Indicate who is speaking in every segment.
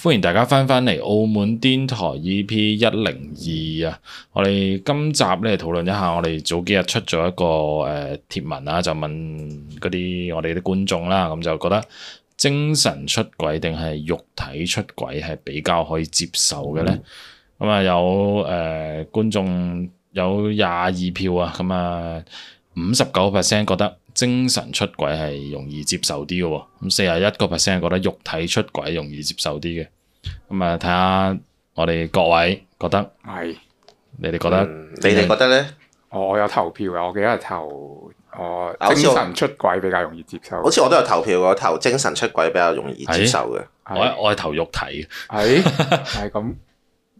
Speaker 1: 歡迎大家翻返嚟澳門癲台 EP 一零二啊！我哋今集咧討論一下，我哋早幾日出咗一個誒、呃、貼文啊，就問嗰啲我哋啲觀眾啦，咁就覺得精神出軌定係肉體出軌係比較可以接受嘅咧？咁啊、有誒、呃、觀眾有廿二票啊，咁啊五十九 percent 覺得精神出軌係容易接受啲嘅喎，咁四十一個 percent 覺得肉體出軌容易接受啲嘅，咁啊睇下我哋各位覺得
Speaker 2: 係，
Speaker 1: 你哋覺得
Speaker 3: 嗯你哋覺得咧？
Speaker 2: 我有投票嘅，我記得係投我
Speaker 3: 好似
Speaker 2: 精
Speaker 3: 我
Speaker 2: 神出軌比較容易接受。
Speaker 3: 好似我都有投票嘅，我投精神出軌比較容易接受嘅。
Speaker 1: 我
Speaker 2: 係
Speaker 1: 我係投肉體嘅，
Speaker 2: 係係咁，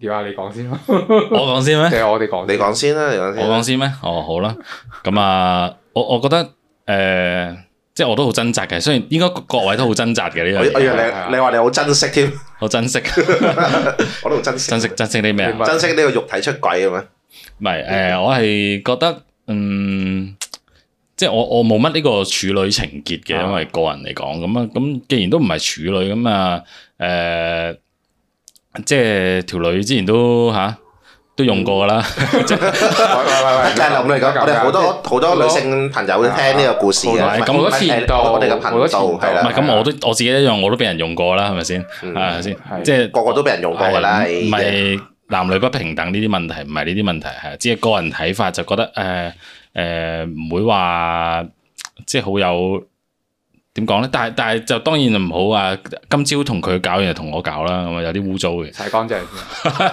Speaker 2: 點啊？你講先咯，
Speaker 1: 我講先咩
Speaker 3: 啊
Speaker 2: 即？係我哋講
Speaker 3: 你
Speaker 2: 先。
Speaker 3: 講先啦，你講
Speaker 1: 我講
Speaker 3: 先。
Speaker 1: 先咩？哦，好啦，咁啊，我我覺得誒、呃即係我都好掙扎嘅，雖然應該各位都好掙扎嘅呢
Speaker 3: 我
Speaker 1: 樣
Speaker 3: 我以
Speaker 1: 嘢，
Speaker 3: 為你你話你好珍惜添，
Speaker 1: 好珍惜，
Speaker 3: 我都好珍惜。
Speaker 1: 珍惜珍惜啲咩啊？
Speaker 3: 珍惜呢個肉體出軌咁樣。
Speaker 1: 唔係誒，呃我係覺得嗯，即係我我冇乜呢個處女情結嘅，
Speaker 2: 啊
Speaker 1: 因為個人嚟講咁啊，咁既然都唔係處女咁啊，誒、即係條女之前都吓、都用過㗎啦，
Speaker 2: 喂喂喂喂，
Speaker 3: 真係林嚟講，我哋好多好多女
Speaker 2: 好
Speaker 3: 性朋友聽呢個故事
Speaker 2: 多
Speaker 3: 嘅，
Speaker 1: 係
Speaker 3: 唔係
Speaker 1: 咁
Speaker 2: 好
Speaker 3: 唔
Speaker 2: 多
Speaker 3: 係
Speaker 2: 前度，
Speaker 3: 我我哋嘅
Speaker 2: 好多前
Speaker 3: 頻道
Speaker 2: 度
Speaker 3: 係
Speaker 1: 唔
Speaker 3: 啦
Speaker 1: 係咁我都我自己一樣，我都俾人用過啦，係咪先？
Speaker 3: 嗯
Speaker 1: 係咪先？
Speaker 2: 係
Speaker 1: 即係
Speaker 3: 個個都俾人用過㗎啦。
Speaker 1: 係唔
Speaker 3: 你
Speaker 1: 係男女不平等呢啲問題，唔係呢啲問題，係只係個人睇法就覺得誒誒唔會話即係好有點講咧。但係但係就當然唔好話今朝同佢搞，然後同我搞啦，咁啊有啲污糟嘅，
Speaker 2: 洗乾淨先。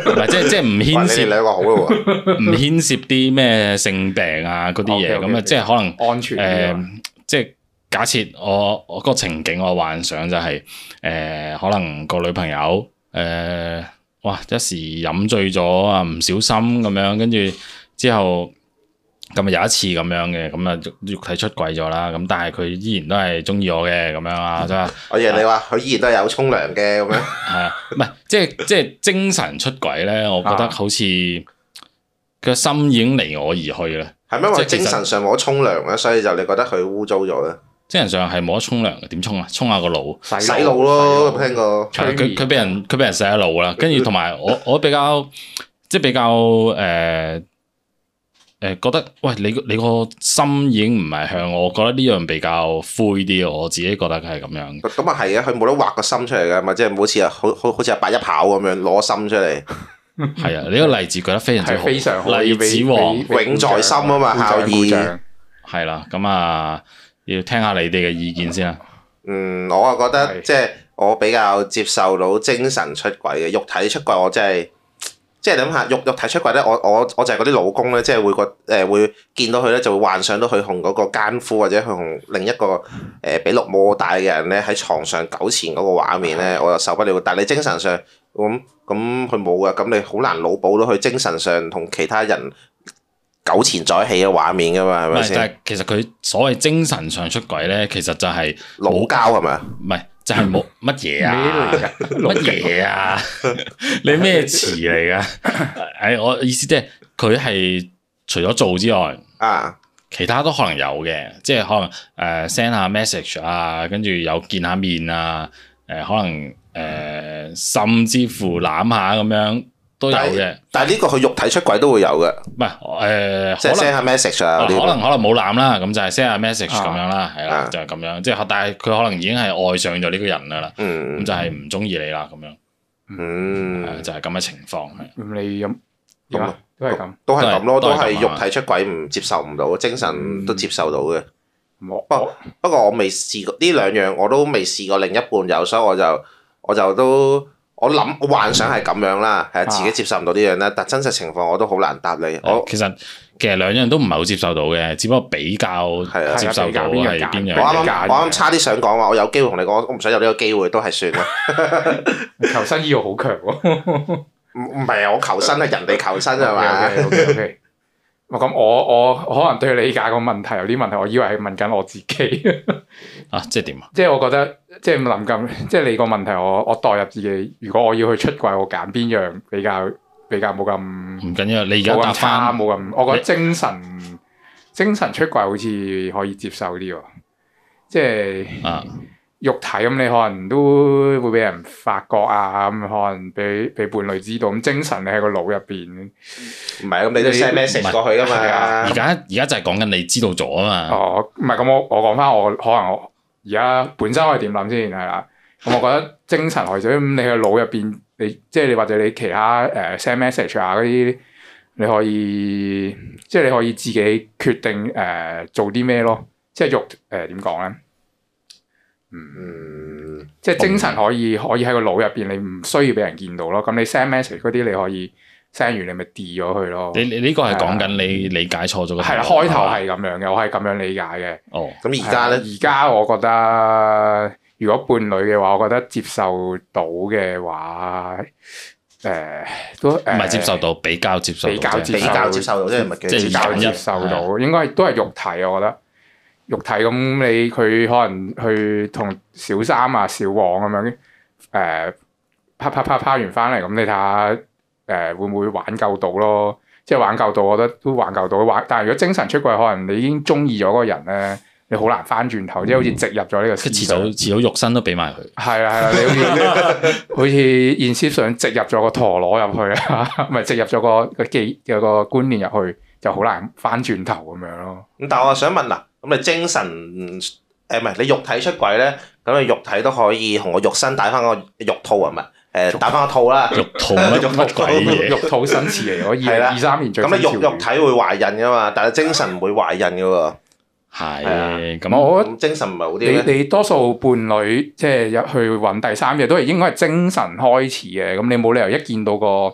Speaker 1: 唔係即係即係唔 牽
Speaker 3: 哇你哋
Speaker 1: 涉
Speaker 3: 兩個哦好咯 喎，
Speaker 1: 唔牽涉啲咩性病啊嗰啲 嘢，
Speaker 2: OK，OK，
Speaker 1: 咁啊即係可能。
Speaker 2: 安全
Speaker 1: 誒、
Speaker 2: 啲啊嘛。
Speaker 1: 即係假設我我個情景，我幻想就係、誒、可能個女朋友誒、哇一時飲醉咗啊，唔小心咁樣，跟住之後咁啊有一次咁樣嘅，咁啊肉肉體出軌咗啦， 咁啊但係佢依然都係中意我嘅咁樣啊，即係
Speaker 3: 我以為你話佢依然都係有沖涼嘅咁樣。
Speaker 1: 係啊，唔係即係即係精神出軌咧，我覺得
Speaker 2: 啊
Speaker 1: 好似佢個心已經離我而去啦。
Speaker 3: 係咪因
Speaker 1: 即
Speaker 3: 為
Speaker 1: 係其實
Speaker 3: 精神上冇得沖涼咧，所以就你覺得佢污糟咗咧？
Speaker 1: 精神上係冇得沖涼嘅，點沖啊？沖下個腦。
Speaker 2: 洗
Speaker 3: 洗腦咯，
Speaker 2: 洗
Speaker 3: 有
Speaker 2: 腦
Speaker 3: 冇聽過？
Speaker 1: 係啊
Speaker 2: 催
Speaker 1: 佢
Speaker 2: 眠
Speaker 1: 佢俾人佢俾人洗咗腦啦，跟住同埋我我比較即係比較誒誒、呃呃、覺得，喂你個你個心已經唔係向我，我覺得呢樣比較灰啲，我自己覺得係咁樣。
Speaker 3: 咁啊係啊，佢冇得畫個心出嚟嘅，咪即係好似啊，好好好似阿八一跑咁樣攞心出嚟，
Speaker 1: 係啊，你個例子舉得非常之
Speaker 2: 係
Speaker 1: 好，
Speaker 2: 非常好，
Speaker 1: 例
Speaker 2: 俾
Speaker 1: 子王
Speaker 2: 俾俾
Speaker 3: 永在心啊嘛
Speaker 2: 鼓掌
Speaker 3: 孝義
Speaker 2: 鼓掌
Speaker 1: 係啦，咁啊要聽下你哋嘅意見先啦。啊
Speaker 3: 嗯，我啊覺得
Speaker 2: 係
Speaker 3: 即係我比較接受到精神出軌嘅，肉體出軌我真係。即係你諗下，肉肉體出軌咧，我我我就係嗰啲老公咧，即係會覺誒、會見到佢咧，就會幻想到佢同嗰個奸夫或者佢同另一個誒、比綠帽大嘅人咧喺床上糾纏嗰個畫面咧，我就受不了。但係你精神上咁咁佢冇嘅，咁你好難腦補到佢精神上同其他人糾纏在一起嘅畫面噶嘛，係
Speaker 1: 唔
Speaker 3: 咪
Speaker 1: 係，但
Speaker 3: 先？
Speaker 1: 係其實佢所謂精神上出軌咧，其實就係
Speaker 3: 老交係咪啊？
Speaker 1: 唔係就係冇乜嘢啊
Speaker 2: 咩嚟。㗎？
Speaker 1: 乜嘢 啊？你咩詞嚟噶？ 誒，哎我意思即係佢係除咗做之外，
Speaker 3: 啊，
Speaker 1: 其他都可能有嘅，即係可能誒呃 send 下 message 啊，跟住有見下面啊，誒、可能誒、甚至乎攬下咁樣都有嘅，
Speaker 3: 但係呢個佢肉體出軌都會有嘅。
Speaker 1: 唔係
Speaker 3: 即
Speaker 1: 誒
Speaker 3: 係
Speaker 1: 可
Speaker 3: send
Speaker 1: 能。
Speaker 3: 下 message
Speaker 1: 啊
Speaker 3: 啊，
Speaker 1: 可
Speaker 3: 呢
Speaker 1: 能
Speaker 3: 啲
Speaker 1: 可能冇攬啦，咁就係 send 下 message 咁樣啦，係啦
Speaker 3: 啊，
Speaker 1: 就係咁樣，即係但係佢可能已經係愛上咗呢個人噶啦，咁
Speaker 3: 嗯
Speaker 1: 就係唔中意你啦，咁樣，係
Speaker 3: 嗯，
Speaker 1: 就係咁嘅情況，係。
Speaker 2: 咁你有點啊？都係咁。
Speaker 3: 都係咁咯，
Speaker 1: 都
Speaker 3: 都
Speaker 1: 係
Speaker 3: 係
Speaker 1: 都係咁
Speaker 3: 肉
Speaker 1: 啊
Speaker 3: 體出軌唔接受唔到，精神
Speaker 2: 嗯
Speaker 3: 都接受到嘅。
Speaker 2: 我
Speaker 3: 不過不過我未試過呢兩樣，我都未試過另一半有，所以我就我就都我諗我幻想係咁樣啦，係啊
Speaker 2: 啊
Speaker 3: 自己接受唔到呢樣啦，但真實情況我都好難答你。
Speaker 1: 誒
Speaker 3: 我
Speaker 1: 其實其實兩樣都唔係好接受到嘅，只不過比較
Speaker 3: 係啊
Speaker 1: 接受到係邊
Speaker 2: 比
Speaker 3: 我
Speaker 2: 較
Speaker 1: 樣
Speaker 2: 邊
Speaker 1: 嘅
Speaker 2: 個
Speaker 3: 啱
Speaker 2: 揀啊
Speaker 3: 啱
Speaker 2: 嘅
Speaker 3: 我啱差啲想講話，我有機會同你講，我唔想有呢個機會，都係算啦。
Speaker 2: 求生意欲好強喎。
Speaker 3: 唔唔係啊，我求 生係人哋求生啊係嘛？
Speaker 2: O K O K。我哦咁我我可能對理解個問題有啲問題，我以為係問緊我自己，
Speaker 1: 啊，即係點啊？
Speaker 2: 即係我覺得即係臨近， 即係你個問題我我代入自己，如果我要去出櫃，我揀邊樣比較比較冇咁
Speaker 1: 唔緊要，你而家
Speaker 2: 冇
Speaker 1: 答
Speaker 2: 咁差，
Speaker 1: 翻
Speaker 2: 冇咁，我覺得精神精神出櫃好似可以接受啲喎，即係。
Speaker 1: 啊，
Speaker 2: 肉體咁，你可能都會俾人發覺啊，咁可能俾俾伴侶知道，咁精神你喺個腦入邊。
Speaker 3: 唔係咁你都 send
Speaker 2: 你
Speaker 3: message 過去噶
Speaker 2: 係
Speaker 3: 嘛
Speaker 2: 啊
Speaker 1: 而？家而家就係講緊你知道咗啊嘛，
Speaker 2: 哦，唔係咁，我我講翻我可能我而家本身我係點諗先係啦。咁我覺得精神害者咁，你個腦入邊，你即係你或者你其他誒 send message 啊嗰啲，你可以即係你可以自己決定誒、呃做啲咩咯。即係肉誒點講咧？
Speaker 3: 嗯，
Speaker 2: 即係精
Speaker 1: 哦
Speaker 2: 神可以可以喺個腦入邊，你唔需要俾人見到咯。咁你 send message 嗰啲，你可以 send 完你咪 delete 咗佢咯。
Speaker 1: 你你哦呢個係講緊你理解錯咗嘅。
Speaker 2: 啊係啦，開頭係咁樣嘅，我係咁樣理解嘅。
Speaker 1: 啊哦，
Speaker 3: 咁而家咧，
Speaker 2: 而家我覺得，如果伴侶嘅話，我覺得接受到嘅話，誒、都唔
Speaker 1: 唔係接受到，比較接受到
Speaker 2: 比較
Speaker 1: 啫，
Speaker 2: 接
Speaker 3: 比較接受到，即係唔係
Speaker 1: 即係
Speaker 2: 比較
Speaker 1: 忍
Speaker 2: 接
Speaker 1: 一
Speaker 2: 受到，應該係都係肉體，我覺得肉體咁你佢可能去同小三啊、小王咁樣誒、啪啪啪啪完翻嚟，咁你睇下誒會唔會挽救到咯？即係挽救到，我覺得都挽救到。挽但係如果精神出軌，可能你已經中意咗嗰個人咧，你好難翻轉頭，即係好似植入咗呢個思
Speaker 1: 嗯佢遲
Speaker 2: 想
Speaker 1: 早。遲早肉身都俾埋佢。
Speaker 2: 係啊啦係啦， 你好似好似現思想植入咗個陀螺入去啊，唔 係植入咗個個記有個觀念入去，就好難翻轉頭咁樣咯。
Speaker 3: 咁但係我又想問嗱，咁你精神誒唔係你肉體出軌咧，咁你肉體都可以同我肉身打翻個肉套啊係咪？誒打翻個套啦，
Speaker 1: 肉肚乜
Speaker 3: 肉
Speaker 1: 乜鬼
Speaker 2: 肉
Speaker 1: 嘢？
Speaker 2: 肚新詞嚟，我二
Speaker 3: 係
Speaker 2: 零
Speaker 3: 啦
Speaker 2: 二三年最
Speaker 3: 咁
Speaker 2: 新
Speaker 3: 啊你
Speaker 2: 潮
Speaker 3: 肉
Speaker 2: 語
Speaker 3: 肉體會懷孕噶嘛，但係精神唔會懷孕噶係啊
Speaker 1: 係
Speaker 2: 咁
Speaker 1: 咁，
Speaker 3: 喎。
Speaker 2: 我覺
Speaker 3: 咁精神唔係好啲
Speaker 2: 得
Speaker 3: 咩？
Speaker 2: 你你多數伴侶即係入去揾第三者，都係應該係精神開始嘅。咁你冇理由一見到個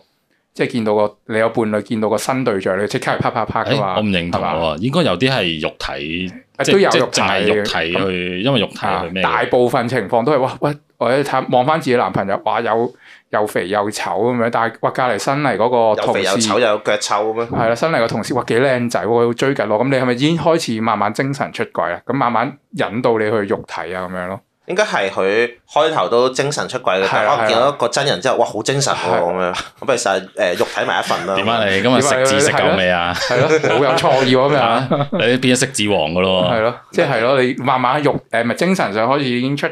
Speaker 2: 即係見到個你有伴侶見到個新對象，你即刻係啪啪啪噶
Speaker 1: 誒
Speaker 2: 嘛？
Speaker 1: 哎我唔認同
Speaker 2: 係嘛啊
Speaker 1: 喎，應該有啲係肉體，即
Speaker 2: 都有
Speaker 1: 即
Speaker 2: 肉體
Speaker 1: 淨係肉
Speaker 2: 嘅
Speaker 1: 體去，因為肉體
Speaker 2: 啊
Speaker 1: 去咩
Speaker 2: 大部分情況都係哇喂，我一睇望翻自己男朋友，哇又又肥又醜咁樣，但係哇隔離新嚟嗰個
Speaker 3: 又
Speaker 2: 同
Speaker 3: 肥又
Speaker 2: 事
Speaker 3: 醜又有嗯腳臭咁樣。
Speaker 2: 係啦，新嚟個同事哇幾靚仔喎，要追緊我，咁你係咪已經開始慢慢精神出軌啊？咁慢慢引導你去肉體啊咁 樣咯，
Speaker 3: 應該係佢開頭都精神出軌嘅，但
Speaker 2: 係
Speaker 3: 係
Speaker 2: 啊
Speaker 3: 我見到一個真人之後，哇，好精神喎
Speaker 2: 係
Speaker 3: 咁樣，咁不如實誒肉體埋一份啦。
Speaker 1: 點啊？你今日食字食夠未啊？
Speaker 2: 係咯，好有創意喎咁樣，
Speaker 1: 啊 你變咗食字王噶咯
Speaker 2: 係啊
Speaker 1: 喎？
Speaker 2: 咯，即係咯，你慢慢肉誒咪精神上開始已經出，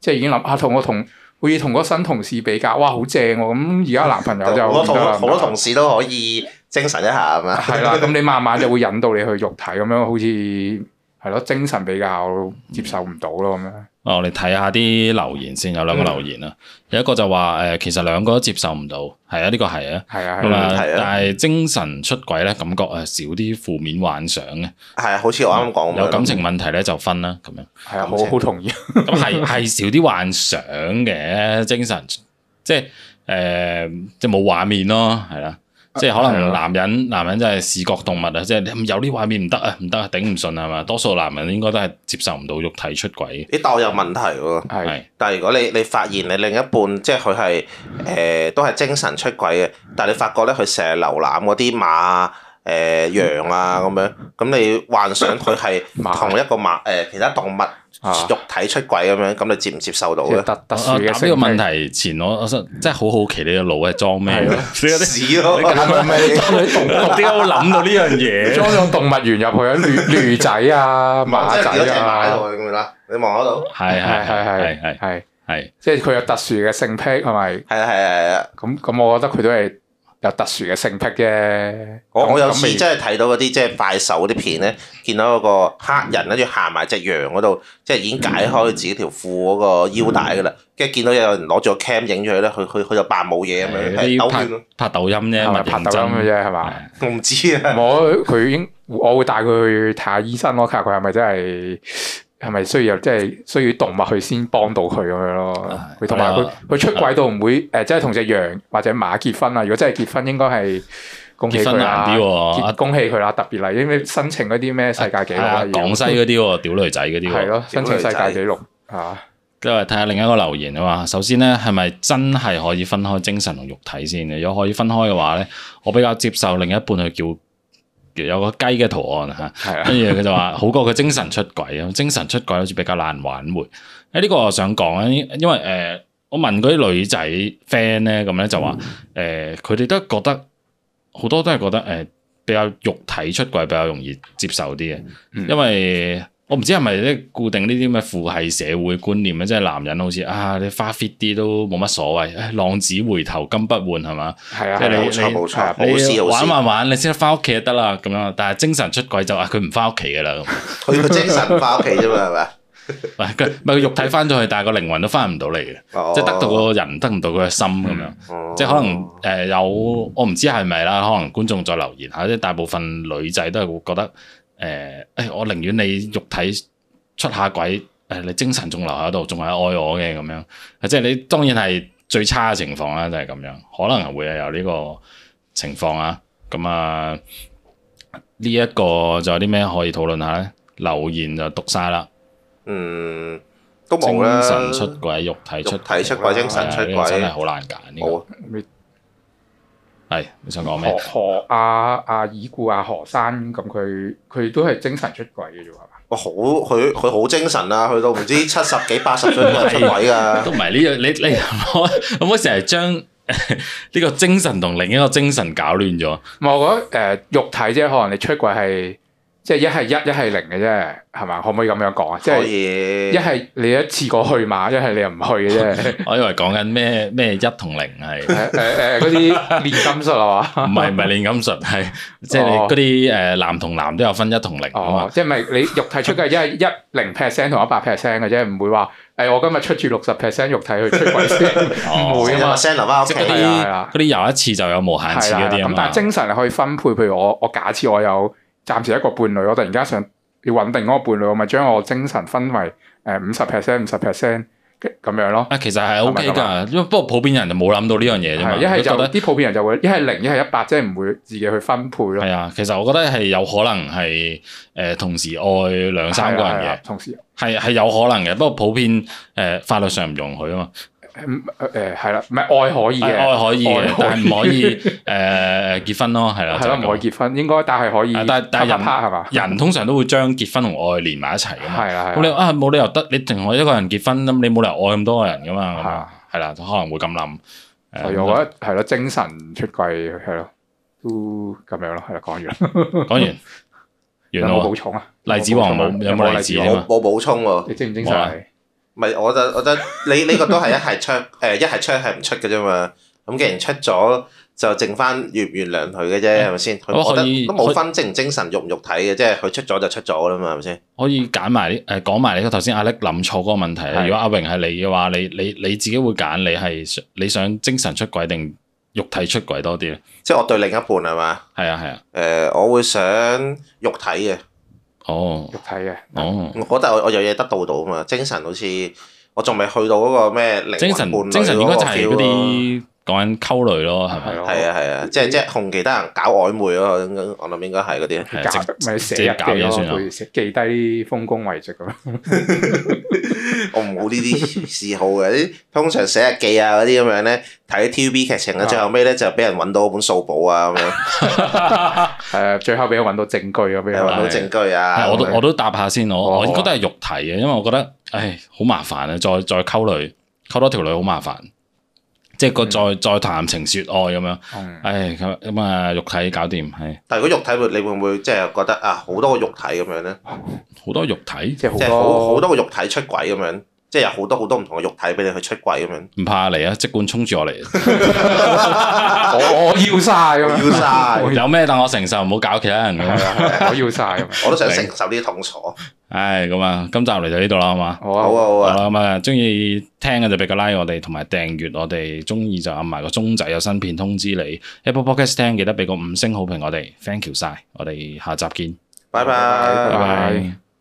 Speaker 2: 即係已經諗啊同我同好似同嗰個新同事比較，哇好正喎，咁而家男朋友就
Speaker 3: 好多
Speaker 2: 唔
Speaker 3: 同
Speaker 2: 得啦
Speaker 3: 好多同事都可以精神一下咁啊。
Speaker 2: 係啦， 咁你慢慢就會引導你去肉體咁樣，好似係咯，精神比較接受唔到咯咁樣。
Speaker 1: 啊我哋睇下啲留言先，有兩個
Speaker 2: 嗯
Speaker 1: 留言啊，有一個就話呃誒，其實兩個都接受唔到，係啊，呢個係啊。
Speaker 2: 係啊，係
Speaker 1: 咁啊
Speaker 2: 啦，
Speaker 3: 嗯係啊，
Speaker 1: 但係精神出軌咧，感覺誒少啲負面幻想嘅，
Speaker 3: 係啊，好似我啱啱講咁樣
Speaker 1: 有感情問題咧就分啦咁樣。
Speaker 2: 係啊，
Speaker 3: 感情
Speaker 2: 好好同意。
Speaker 1: 咁 係係少啲幻想嘅精神，即係誒、呃即係冇畫面咯，係啦。即係可
Speaker 2: 係
Speaker 1: 能
Speaker 2: 啊
Speaker 1: 男人男人真係視覺動物啊，即係你有啲畫面唔得啊，唔得啊，頂唔順係嘛？多數男人應該都係接受唔到肉體出軌嘅，
Speaker 3: 呢度有問題喎。
Speaker 2: 係
Speaker 1: 係
Speaker 3: 但係如果你你發現你另一半即係佢係誒都係精神出軌嘅，但係你發覺咧佢成日瀏覽嗰啲馬誒、羊啊咁樣，咁你幻想佢 係
Speaker 2: 馬
Speaker 3: 同一個馬誒、其他動物
Speaker 2: 啊，
Speaker 3: 肉體出軌咁樣，咁你接唔接受到
Speaker 2: 即係
Speaker 3: 咧？
Speaker 2: 特特
Speaker 1: 我
Speaker 2: 殊
Speaker 1: 我
Speaker 2: 嘅
Speaker 1: 答哦呢個問 題前，我我真真係好好奇你個腦係裝咩
Speaker 2: 係
Speaker 1: 嘅？
Speaker 2: 啊咯
Speaker 1: 你 有啲
Speaker 3: 屎咯！
Speaker 1: 我點解會諗到呢樣嘢？
Speaker 2: 裝咗動物園入去啊， 驢驢仔啊，馬
Speaker 3: 即係見
Speaker 2: 仔
Speaker 3: 到隻馬喺
Speaker 2: 啊，
Speaker 3: 度咁樣啦，你望嗰度，
Speaker 1: 係係係係係
Speaker 2: 係，
Speaker 1: 係
Speaker 2: 即係佢有特殊嘅性癖係咪？
Speaker 3: 係啊係啊係啊！
Speaker 2: 咁咁，我覺得佢都係有特殊嘅性癖啫。
Speaker 3: 我
Speaker 2: 咁
Speaker 3: 我有
Speaker 2: 咁
Speaker 3: 次
Speaker 2: 未
Speaker 3: 真係睇到嗰啲即係快手嗰啲片咧，見到嗰個黑人跟住行埋隻羊嗰度，即係已經解開自己條褲嗰個腰帶噶啦，跟住見到有人攞住個 cam 影咗佢咧，佢佢佢就扮冇嘢咁樣，係
Speaker 1: 啲
Speaker 3: 兜圈咯
Speaker 1: 拍。拍抖音啫，
Speaker 2: 係咪
Speaker 1: 咪
Speaker 2: 拍
Speaker 1: 認
Speaker 2: 抖
Speaker 1: 真
Speaker 2: 音嘅啫係嘛？
Speaker 3: 我唔知啊，
Speaker 2: 我佢應我會帶佢去睇下醫生咯，睇下佢係咪真係係咪需要有即係需要動物去先幫到佢咁樣咯
Speaker 1: 唉。
Speaker 2: 佢同埋
Speaker 1: 係
Speaker 2: 佢
Speaker 1: 啊
Speaker 2: 佢出軌到唔會誒，即係同只羊或者馬結婚啊！如果真係結婚，應該係恭喜
Speaker 1: 結
Speaker 2: 佢
Speaker 1: 婚難
Speaker 2: 啦
Speaker 1: 啲，喎，
Speaker 2: 結恭喜佢啦！特別嚟，因為申請嗰啲咩世界紀錄
Speaker 1: 係啊，
Speaker 2: 啊，
Speaker 1: 廣西嗰啲喎，屌女仔嗰啲
Speaker 2: 係
Speaker 1: 喎。
Speaker 2: 咯，申請世界紀錄啊！
Speaker 1: 跟住睇下另一個留言啊嘛。首先咧，係咪真係可以分開精神同肉體先嘅？如果可以分開嘅話咧，我比較接受另一半去叫有個雞嘅圖案嚇。
Speaker 2: 係啊，
Speaker 1: 跟住佢就話好過佢精神出軌啊，精神出軌好似比較難挽回。誒、呢、個我想講啊，因因為誒、呃我問嗰啲女仔 friend 咧，咁咧就話
Speaker 3: 嗯
Speaker 1: 誒佢哋都覺得好多都係覺得誒、呃比較肉體出軌比較容易接受啲嘅，
Speaker 2: 嗯
Speaker 1: 因為。我唔知係咪咧固定呢啲咁嘅父系社會觀念咧，即係男人好似啊，你花 fit 啲都冇乜所謂，唉浪子回頭金不換係嘛？
Speaker 2: 係啊，
Speaker 1: 即係
Speaker 2: 係啊
Speaker 1: 你
Speaker 3: 冇錯
Speaker 1: 你
Speaker 3: 冇錯，好
Speaker 1: 你
Speaker 3: 事好
Speaker 1: 玩
Speaker 3: 事。
Speaker 1: 玩玩，你先翻屋企就得啦咁樣。但係精神出軌就啊，佢唔翻屋企噶啦咁。
Speaker 3: 佢個精神翻屋企啫嘛，係咪？
Speaker 1: 喂佢唔係佢肉體翻咗去，但係個靈魂都翻唔到嚟嘅，
Speaker 3: 哦
Speaker 1: 即係得到個人得唔到佢嘅心咁樣。
Speaker 3: 哦
Speaker 1: 即係可能誒、呃有，我唔知係咪啦，可能觀眾再留言下，即係大部分女仔都係會覺得誒，誒、我寧願你肉體出下軌，誒、你精神仲留喺度，仲係愛我嘅咁樣，即係你當然係最差嘅情況啦，就係、咁樣，可能會有呢個情況啊，咁啊呢一、個仲有啲咩可以討論下咧？留言就讀晒啦，
Speaker 3: 嗯都
Speaker 1: 精
Speaker 3: 冇啦，
Speaker 1: 神出軌、肉體出
Speaker 3: 肉體出軌、精神出
Speaker 1: 係啊呢個真係
Speaker 3: 軌
Speaker 1: 好難揀呢、
Speaker 3: 冇啊。
Speaker 1: 個，係你想講咩
Speaker 2: 何？何阿阿已故阿何生咁，佢佢都係精神出軌嘅啫喎，係嘛？
Speaker 3: 哇！好佢佢好精神啊，去到唔知七十幾八十歲都有出位㗎。
Speaker 2: 啊
Speaker 1: 都唔係呢樣，你 你我可唔可以成日將 呢個精神同另一個精神搞亂咗？
Speaker 2: 唔係我覺得誒、肉體啫，可能你出軌係即係一係一，一係零嘅啫，係嘛？可唔可以咁樣講啊？即
Speaker 3: 可
Speaker 2: 係
Speaker 3: 以
Speaker 2: 一係你一次過去嘛，一係你又唔去嘅 啫。
Speaker 1: 我以為講緊咩咩一同零係，
Speaker 2: 誒誒誒嗰啲煉金術啊嘛，
Speaker 1: 唔係唔係煉金術係，即係你
Speaker 2: 哦
Speaker 1: 嗰啲誒男同男都有分一同零啊
Speaker 2: 哦
Speaker 1: 嘛，。
Speaker 2: 即係咪你肉體出軌一係一零 percent 同一百 percent 嘅啫，唔會話誒、我今日出住六十 percent 肉體去出 軌先，
Speaker 1: 哦
Speaker 2: 唔會啊嘛。
Speaker 3: send 留翻屋企
Speaker 1: 即係嗰
Speaker 2: 係啊係
Speaker 1: 啲
Speaker 2: 啊
Speaker 1: 嗰啲有一次就有無限
Speaker 2: 係
Speaker 1: 次
Speaker 2: 啦，
Speaker 1: 嗰啲啊
Speaker 2: 咁但
Speaker 1: 嘛
Speaker 2: 係。精神係可以分配，譬如我我假設我有暫時一個伴侶，我突然間想要穩定嗰個伴侶，我咪將我精神分為誒五十 percent、五十 percent 咁樣咯。
Speaker 1: 啊，其實係 O K
Speaker 2: 係咪咁啊
Speaker 1: 㗎，因為不過普遍人就冇諗到呢樣嘢啫嘛，
Speaker 2: 係一係
Speaker 1: 都
Speaker 2: 就
Speaker 1: 覺得
Speaker 2: 啲普遍人就會一係零，一係一百，即係唔會自己去分配咯。
Speaker 1: 係啊。其實我覺得係有可能係誒同時愛兩三個人
Speaker 2: 係啦係啦啊
Speaker 1: 嘅，
Speaker 2: 同時
Speaker 1: 係係有可能嘅。不過普遍誒法律上唔容許啊嘛。
Speaker 2: 誒誒嗯呃係啦，唔係愛可以
Speaker 1: 係
Speaker 2: 嘅，
Speaker 1: 愛可以嘅
Speaker 2: 愛，
Speaker 1: 但係唔可 以誒結婚咯，係啦，
Speaker 2: 係啦，唔可以
Speaker 1: 結。
Speaker 2: 結婚，應該但係可以
Speaker 1: 啊但係但係人
Speaker 2: part part part 係嘛？
Speaker 1: 人通常都會將結婚同愛連埋一齊噶嘛。
Speaker 2: 係啦，係
Speaker 1: 咁你
Speaker 2: 啦
Speaker 1: 啊冇理由得你淨係一個人結婚，咁你冇理由愛咁多個人噶嘛。咁樣
Speaker 2: 啊
Speaker 1: 係啦，就可能會咁啊諗。
Speaker 2: 所以我覺
Speaker 1: 誒，
Speaker 2: 得係咯，精神出軌係咯，都咁樣咯，係啦，講完啦，
Speaker 1: 講完
Speaker 2: 有
Speaker 1: 完
Speaker 2: 冇
Speaker 1: 咯
Speaker 2: 補充啊？
Speaker 1: 喎，例子王冇有冇例子
Speaker 2: 有
Speaker 1: 添啊
Speaker 3: 冇？冇補充喎。
Speaker 2: 你精唔精
Speaker 1: 冇啊
Speaker 2: 神？
Speaker 3: 咪我就我覺得你呢個都係一係出 誒一係出一係唔出嘅啫嘛。咁既然出咗，就剩翻原唔原諒佢嘅啫，係咪先？佢
Speaker 1: 嗯咁
Speaker 3: 我覺
Speaker 1: 可以
Speaker 3: 得都冇分精唔精神、肉唔肉體嘅，即係佢出咗就出咗啦嘛，係咪先？
Speaker 1: 可以揀埋呢誒講埋你個頭先阿叻諗錯嗰個問題啊。
Speaker 2: 係
Speaker 1: 如果阿榮係你嘅話，你你你自己會揀你係想你想精神出軌定肉體出軌多啲咧？
Speaker 3: 即係我對另一半係嘛？
Speaker 1: 係啊係啊，
Speaker 3: 誒、我會想肉體嘅，
Speaker 1: 哦
Speaker 2: 肉體嘅，
Speaker 1: 哦。
Speaker 3: 我覺得我我有嘢得到到啊嘛，精神好似我仲未去到嗰個咩靈
Speaker 1: 精
Speaker 3: 魂
Speaker 1: 神
Speaker 3: 伴侶
Speaker 1: 精神應該就係嗰
Speaker 3: 個啊 feel
Speaker 1: 啲講緊溝女咯，係咪？
Speaker 2: 咯
Speaker 3: 咯係啊係啊，即係即係同其他人搞曖昧咯，我諗我諗應該係嗰啲。
Speaker 1: 係啊
Speaker 2: 搞
Speaker 1: 直
Speaker 2: 咪
Speaker 1: 直
Speaker 2: 寫
Speaker 1: 接
Speaker 2: 日
Speaker 1: 搞啊嘢
Speaker 2: 記
Speaker 1: 算
Speaker 2: 咯，
Speaker 1: 啦
Speaker 2: 會寫記低啲豐功偉績咁樣。
Speaker 3: 我冇呢啲嗜好嘅，啲通常寫日記啊嗰啲咁樣咧，睇 TVB 劇情咧，
Speaker 2: 啊
Speaker 3: 最後尾咧就俾人揾到本數簿啊咁樣，
Speaker 2: 係啊最後俾我揾到證據咁
Speaker 3: 又
Speaker 2: 樣
Speaker 3: 揾
Speaker 1: 啊。
Speaker 3: 到證據啊。
Speaker 1: 係我都
Speaker 2: 咁樣
Speaker 1: 我都答下先，我
Speaker 2: 好啊
Speaker 1: 我應該都係肉體嘅，因為我覺得，唉，好麻煩啊！再再溝女，溝多條女好麻煩，即係個再再談情説愛咁樣，
Speaker 2: 嗯
Speaker 1: 唉咁咁啊，肉體搞掂，係
Speaker 3: 但係如果肉體會，你會唔會即係覺得啊好多個肉體咁樣咧？
Speaker 1: 好多肉體
Speaker 2: 即係好
Speaker 3: 即係好
Speaker 2: 多
Speaker 3: 好多個肉體出軌咁樣，即係有好多好多唔同嘅肉體俾你去出軌咁樣。
Speaker 1: 唔怕嚟啊！即管衝住我嚟，
Speaker 2: 我我要晒咁
Speaker 3: 我
Speaker 2: 樣，
Speaker 3: 要 晒。
Speaker 1: 有咩等我承受，唔好搞其他人咁樣。
Speaker 2: 係啊係啊我要晒咁樣。
Speaker 3: 我都想承受呢啲痛楚。
Speaker 1: 唉，咁啊，今集嚟到呢度啦，好嘛？
Speaker 2: 好啊
Speaker 3: 好啊，好
Speaker 1: 好
Speaker 3: 啊，
Speaker 1: 啦，咁啊，中意聽嘅就俾個 like 我哋，同埋訂閱我哋，中意就按埋個鐘仔有新片通知你。Apple Podcast 聽記得俾個五星好評我哋，thank you 晒，我哋下集見，
Speaker 3: 拜拜
Speaker 1: 拜
Speaker 2: 拜
Speaker 1: 拜。
Speaker 2: 拜